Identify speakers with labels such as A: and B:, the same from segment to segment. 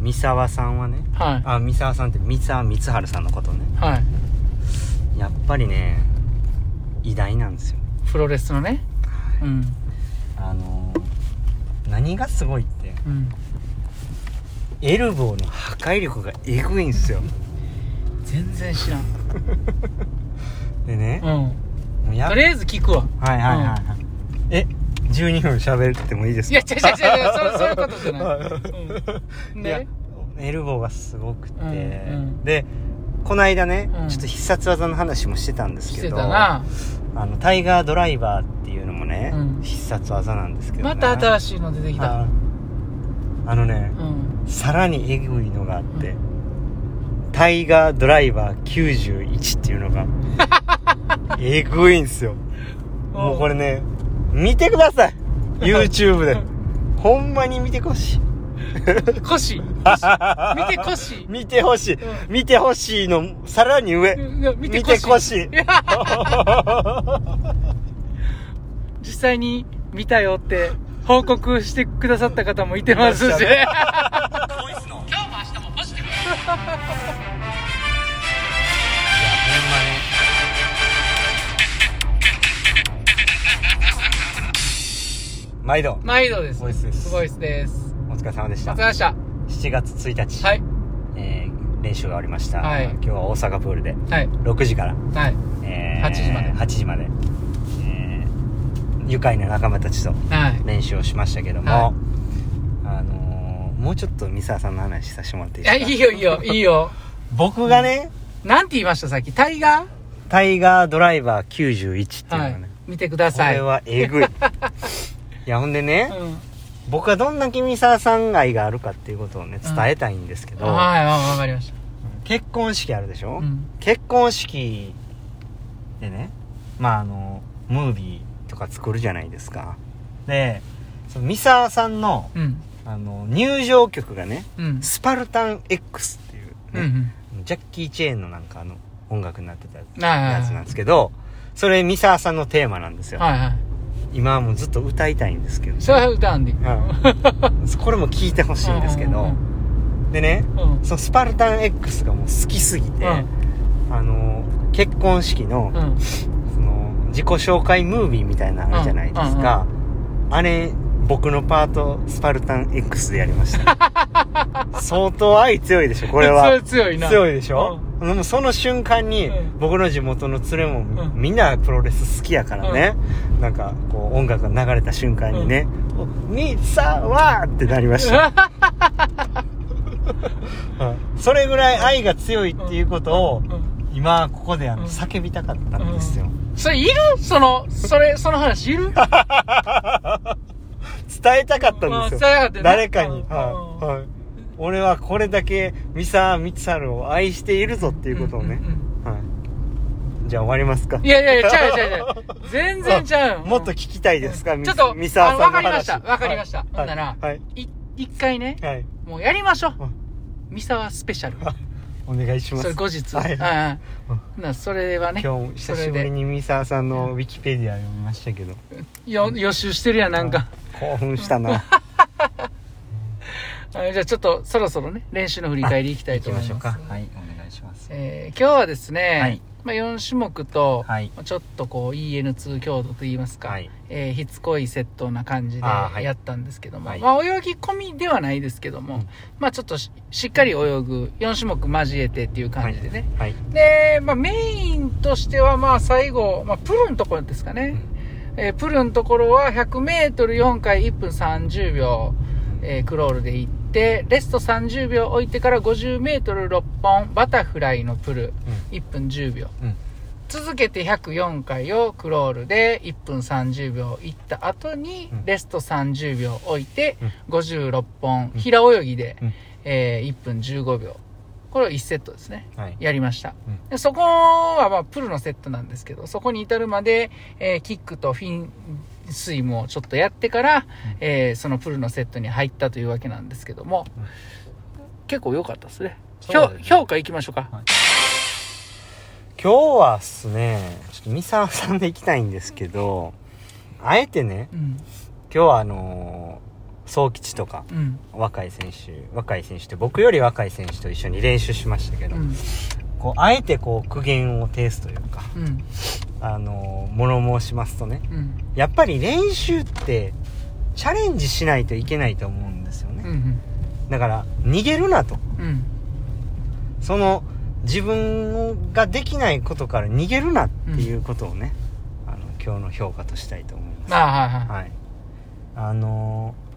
A: 三沢さんはね
B: はい
A: あ三沢さんって三沢光晴さんのことね
B: はい
A: やっぱりね偉大なんですよ
B: プロレスのねうん
A: あのー何がすごいって
B: うん
A: エルボーの破壊力がエグいんですよ
B: 全然知らん
A: でね、
B: うん
A: もうやっ
B: とりあえず聞くわ
A: はいはいはいはい、え12分喋ってもいいです
B: い
A: か
B: や違う違う違う そうそういうことじゃないうん
A: いや
B: ね
A: エルボーがすごくて、
B: うんうん
A: でこの間ね、
B: うん
A: ちょっと必殺技の話もしてたんです
B: し
A: け
B: て
A: ど
B: たな
A: あのタイガードライバーっていうのもね、
B: うん
A: 必殺技なんですけど、ね、
B: また新しいの出てきた
A: ああのね、
B: うん
A: さらにエグいのがあって、タイガードライバー91っていうの がえぐいんすよもうこれね見てください YouTube でほんまに見てほしい
B: コ シ見てコシ
A: 見てほしい、
B: う
A: 見てほしいのさらに上、
B: 見
A: 見てほしい
B: 実際に見たよって報告してくださった方もいてますし
A: いやほんまね 毎度
B: 毎度です
A: ボイスです
B: ボイスです
A: お疲れ様でした
B: お疲れ様でした
A: 7月1日、
B: はい
A: えー練習が終わりました、
B: はい
A: 今日は大阪プールで
B: はい
A: 6時から、
B: はい
A: え
B: 8時まで
A: 8時まで、えー愉快な仲間たちと
B: はい
A: 練習をしましたけども、
B: はい
A: あのーもうちょっと三沢さんの話させてもらっていい
B: いや
A: ですか
B: いいよいいよいいよ
A: 僕がね
B: なんて言いましたさっきタイガー
A: タイガードライバー91っていうの
B: は
A: がね、
B: い見てくだ
A: こ
B: さい
A: れはえぐいいやほんでね、
B: う
A: 僕はどんな君沢さん愛があるかっていうことをね伝えたいんですけど、
B: んはいわかりまし
A: 結婚式あるでしょ、
B: たうん
A: 結婚式でねまああのムービーとか作るじゃないですかでその三沢さんの
B: うん
A: あの入場曲がね
B: うん
A: 「スパルタン X」っていう、
B: う
A: ね
B: ん
A: ジャッキー・チェーンのなんかあの音楽になってたや
B: うんはいはい
A: つなんですけどそれ三沢さんのテーマなんですよ、
B: はいはい
A: 今はもうずっと歌いたいんですけど、
B: それは歌うんでいく
A: うん、 これも聞いてほしいんですけ
B: う
A: ど
B: ん
A: でね
B: うんうん
A: そのスパルタン X がもう好きすぎて、あの結婚式の,、
B: うん
A: その自己紹介ムービーみたいなのあるじゃないですか、あれ僕のパートスパルタン X でやりました 相当愛強いでしょこれ
B: そ
A: は
B: れ強いな
A: 強いでしょ、もうその瞬間に、
B: うん
A: 僕の地元の連れも、
B: うん
A: みんなプロレス好きやからね、なんかこう音楽が流れた瞬間にね「おミサワー!」ってなりました それぐらい愛が強いっていうことを、
B: うんうん
A: 今ここであ
B: う
A: の
B: ん
A: 叫びたかったんですよ、
B: それいるそのそれその話いるあ
A: 伝えたかったんですよ、誰かに、はいはい俺はこれだけミサ・ミツハルを愛しているぞっていうことをね、はい、じゃあ終わりますか
B: いやいやいやちゃうよちゃうよちゃう よ全然ちゃうよ
A: もっと聞きたいですか、
B: うん
A: ミ
B: ちょっと
A: ミサさんの話
B: あわかりましたわかりました
A: はい
B: ほんなら
A: はい
B: い一回ね
A: はい、はい
B: もうやりましょう
A: うん
B: 三沢スペシャル
A: お願いしま
B: それ
A: す
B: 後日
A: はい
B: うんうんなそれはね
A: 今日久しぶりにミサさんのウィキペディア読みましたけど
B: よ予習してるやん なんか
A: 興奮したな
B: あじゃあちょっとそろそろね練習の振り返りいきたいと思います
A: いお願いします
B: えー今日はですね、
A: はい
B: まあ、4種目と、
A: はい
B: ちょっとこう EN2 強度といいますか、
A: はい
B: えーしつこいセットな感じで
A: あーはい
B: やったんですけども、
A: はい
B: まあ、泳ぎ込みではないですけども、
A: うん
B: まあ、ちょっとししっかり泳ぐ4種目交えてっていう感じでね、
A: はい
B: で、まあ、メインとしてはまあ最後、まあ、プールのところですかね、えープールのところは 100m4 回1分30秒、えークロールで行ってレスト30秒置いてから 50m6 本バタフライのプール1分10秒、
A: うん
B: 続けて104回をクロールで1分30秒いった後に
A: うん
B: レスト30秒置いて
A: うん
B: 56本
A: うん
B: 平泳ぎで、
A: うん
B: えー1分15秒これを1セットですね
A: はい
B: やりました、
A: うん
B: でそこはまあプルのセットなんですけどそこに至るまで、えーキックとフィンスイムをちょっとやってから、えーそのプルのセットに入ったというわけなんですけども、
A: うん
B: 結構良かったですね
A: そう
B: 評
A: ですね
B: 評価いきましょうか、
A: 今日はっすねちょっと三沢さんで行きたいんですけどあえてね
B: うん
A: 今日はあのー総吉とか
B: うん
A: 若い選手若い選手って僕より若い選手と一緒に練習しましたけ
B: う
A: ど、
B: ん
A: こうあえてこう苦言を呈すというか
B: うん
A: あの物申しますとね
B: うん
A: やっぱり練習ってチャレンジしないといけないと思うんですよ
B: う
A: ね、
B: ん
A: だから逃げるなと
B: うん
A: その自分ができないことから逃げるなっていうことをね、あの今日の評価としたいと思います
B: ああはいはい
A: はい。あのー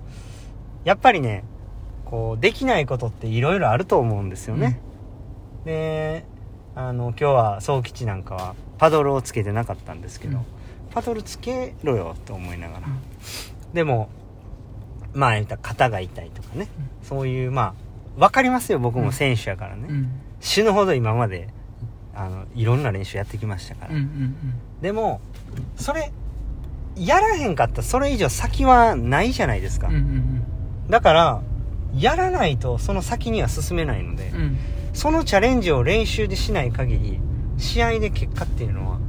A: やっぱりね、こう、できないことっていろいろあると思うんですよね。で、あの、今日は、総吉なんかは、パドルをつけてなかったんですけど、
B: うん
A: パドルつけろよと思いながら。
B: うん
A: でも、まあ、言ったら肩が痛いとかね、
B: う
A: そういう、まあ、わかりますよ、僕も選手やからね。
B: うん
A: 死ぬほど今まで、あの、いろんな練習やってきましたから
B: うんう。ん
A: でもそれやらへんかったらそれ以上先はないじゃないですか、
B: うんうんうん
A: だからやらないとその先には進めないので、
B: うん
A: そのチャレンジを練習でしない限り試合で結果っていうのは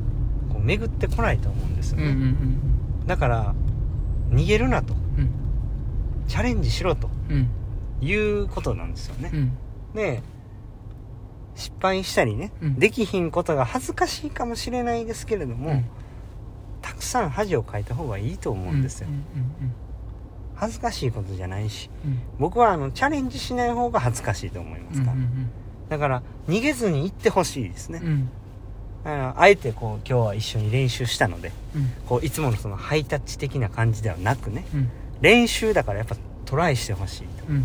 A: こう巡ってこないと思うんですよ
B: うんう
A: ね、
B: ん
A: だから逃げるなと
B: うん
A: チャレンジしろと
B: うん
A: いうことなんですよね
B: う、ん
A: で失敗したりね、
B: うん
A: できひんことが恥ずかしいかもしれないですけれども、
B: うん
A: たくさん恥をかいた方がいいと思うんですよ、
B: うん
A: 恥ずかしいことじゃないし
B: うん
A: 僕はあのチャレンジしない方が恥ずかしいと思いま
B: うんう
A: す
B: ん
A: から、だから逃げずに行ってほしいですね、
B: うんうん
A: だからあえてこう今日は一緒に練習したので
B: うん
A: こういつものそのハイタッチ的な感じではなくね
B: うん
A: 練習だからやっぱトライしてほしい
B: うん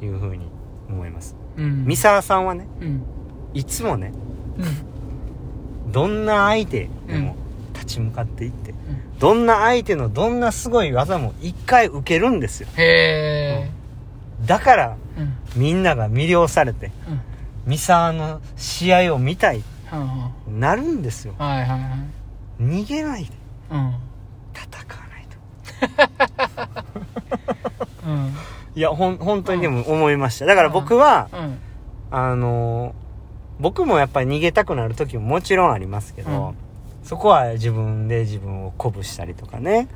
A: というふうに思います
B: うん
A: 三沢さんはね
B: うん
A: いつもね
B: うん
A: どんな相手でも立ち向かっていって、
B: ん
A: どんな相手のどんなすごい技も一回受けるんですよ
B: へえ
A: だから
B: うんうん
A: みんなが魅了されて三沢の試合を見たい
B: はん
A: なるんですよ
B: はいはいはい
A: 逃げないで
B: うん
A: 戦わないと
B: うん
A: いやほん本当にでも思いましただから僕は
B: うん
A: あのー僕もやっぱり逃げたくなる時ももちろんありますけど、そこは自分で自分を鼓舞したりとかね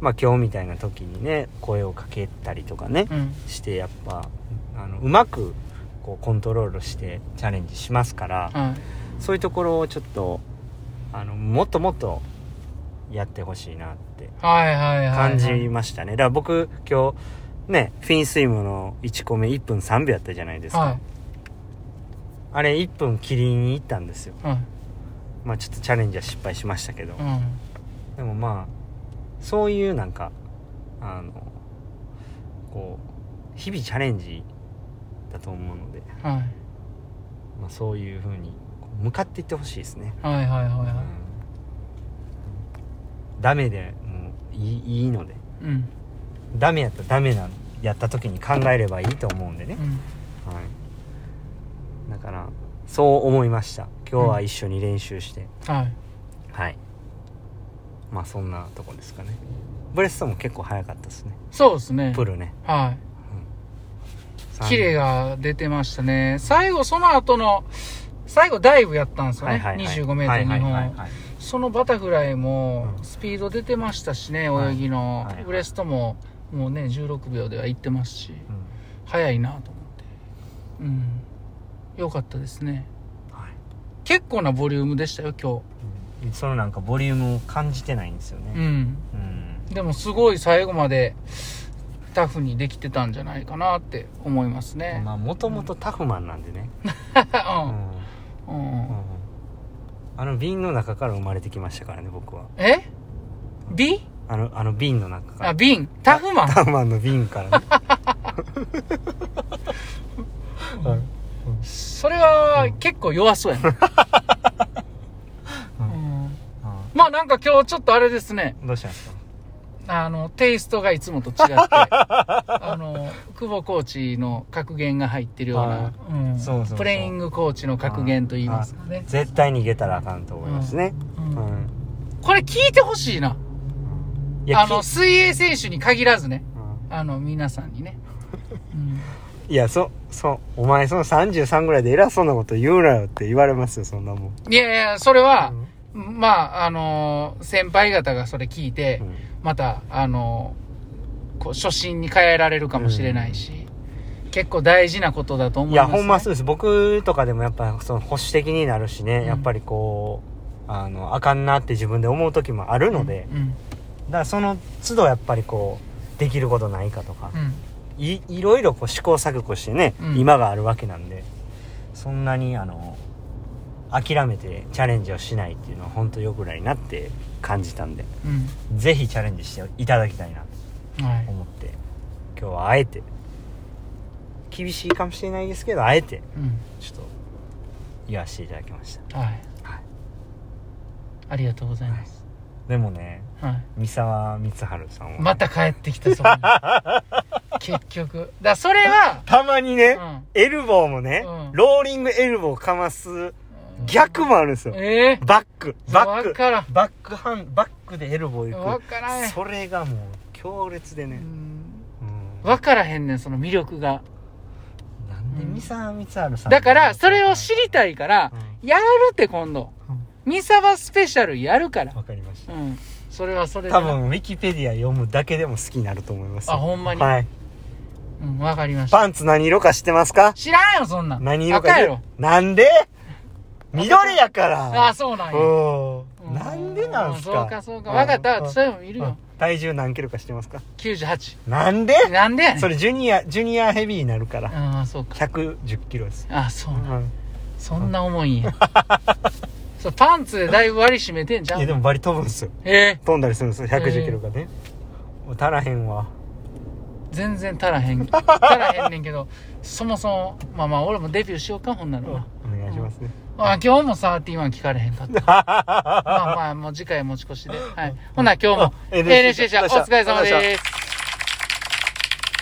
A: まあ今日みたいな時にね声をかけたりとかね
B: うん
A: してやっぱあのうまくこうコントロールしてチャレンジしますから、
B: はい
A: そういうところをちょっとあのもっともっとやってほしいなって
B: はいはいは
A: 感
B: い
A: じましたね、だから僕今日ねフィンスイムの1個目1分3秒やったじゃないですか、
B: は
A: あれ1分切りに行ったんですよ
B: いはい
A: まあちょっとチャレンジは失敗しましたけど、
B: うん
A: でもまあそういうなんかあのこう日々チャレンジだと思うので、
B: はい
A: まあ、そういう風にこう向かっていってほしいですね
B: はいはいはいは
A: ダメでもういいいいので
B: いうん
A: ダメやったらダメなやった時に考えればいいと思うんでね
B: う、ん
A: はい、だからそう思いました今日は一緒に練習して、
B: はい
A: はいまあそんなとこですかねブレストも結構早かったですね
B: そうですね
A: プルね
B: はい綺麗
A: が
B: が出てましたね。最後、その後の、最後ダイブやったんですよ
A: はい
B: ね。
A: はいはい、
B: 25メートル
A: は
B: 2
A: いはいはい
B: 本。
A: はい
B: そのバタフライも
A: う、ん
B: スピード出てましたしね、
A: はい
B: 泳ぎの
A: はいは。い
B: ブレストも、もうね、16秒では行ってますし、早いなと思って。うん。よかったですね。
A: うんはい
B: 結構なボリュームでしたよ、今
A: うんそのなんかボリュームを感じてないんですよ
B: 日。う
A: ね、う
B: ん。
A: ん
B: でも、すごい最後まで、タフにできてたんじゃないかなって思いますね。
A: まあもともとタフマンなんでね、うん
B: うん。うん
A: う。んあの瓶の中から生まれてきましたからね僕は
B: え ?B?
A: あのあの瓶の中か
B: あ、
A: ら
B: 瓶タフマン
A: タンマンの瓶から ねはい
B: それは結構弱そうやな、
A: う
B: うんまあなんか今日ちょっとあれですね
A: うんどうしたんですか
B: あのテイストがいつもと違って あの久保コーチの格言が入ってるよう
A: は
B: な、うん
A: そうそうそう
B: プレイングコーチの格言と言いますかね、
A: 絶対逃げたらあかんと思いますね、
B: うん
A: うん
B: これ聞いてほしいない
A: や
B: あの
A: き
B: 水泳選手に限らずね
A: うん
B: あの皆さんにね、うん
A: いやそそうお前その33ぐらいで偉そうなこと言うなよって言われますよそんなもん、
B: いやいやそれは
A: う、ん
B: まああの先輩方がそれ聞いて、
A: うん
B: またあのこう初心に変えられるかもしれないし、結構大事なことだと思
A: い
B: いま
A: や
B: す、ね。
A: ほんまそうです僕とかでもやっぱその保守的になるしね、やっぱりこうあのあかんなって自分で思う時もあるので、
B: うん
A: だからその都度やっぱりこうできることないかとか
B: う、ん
A: いいろいろこう試行錯誤してね、
B: うん
A: 今があるわけなんでそんなにあの諦めてチャレンジをしないっていうのは本当良くないなって感じたんで
B: うん
A: ぜひチャレンジしていただきたいなと
B: うんはい
A: 思って今日はあえて厳しいかもしれないですけどあえて
B: うん
A: ちょっと言わせていただきました
B: はい
A: はい
B: ありがとうございます、
A: でもね
B: はい、
A: 三沢光晴さんは、
B: また帰って きたそうな結局だからそれは、
A: たまに
B: う
A: ね、
B: ん
A: エルボーもね、
B: うん
A: ローリングエルボーかます逆もあるんですよ、
B: ええ
A: バックバッ
B: わ
A: ク
B: からん
A: バックハンバックでエルボー行
B: わ
A: く
B: からへん
A: それがもう強烈で
B: う
A: ね、
B: ん
A: うん
B: わからへんねんその魅力が
A: なんで三沢光晴さん
B: だからそれを知りたいから
A: う
B: やるって今度
A: ん
B: 三沢スペシャルやるから
A: わ、かりました
B: うんそれはそれで
A: 多分ウィキペディア読むだけでも好きになると思いますよ
B: あほんまに
A: はい
B: うんわかりました
A: パンツ何色か知ってますか
B: 知らんよそんなん
A: 何色か
B: 赤やろ
A: なんで緑やから
B: ああそうなん
A: う
B: やうんん
A: なんでなんすか
B: そうかそうかわかった
A: うん
B: それもいる
A: う
B: よ
A: ん体重何キロか知ってますか
B: 98
A: なんで
B: なんでやねん
A: それジュニアジュニアヘビーになるから
B: あ あそうか
A: 110キロです
B: ああそう
A: う
B: なん
A: ん
B: そんな重いんや そうパンツでだいぶ割り締めてんじゃ
A: い
B: ん
A: やでもバリ飛ぶんですよ
B: ええ
A: 飛んだりするんですよ110
B: えー
A: キロがねもう足らへんわ
B: 全然足らへ ん足らへんねんけどそもそもまあまあ俺もデビューしようかほんなら
A: お
B: な、
A: 願いしますね
B: あ今日も31聞かれへんかったまあまあもう次回持ち越しで、はい、ほな今日も
A: あ
B: NHK でしたお
A: NHK でした
B: 疲れ様です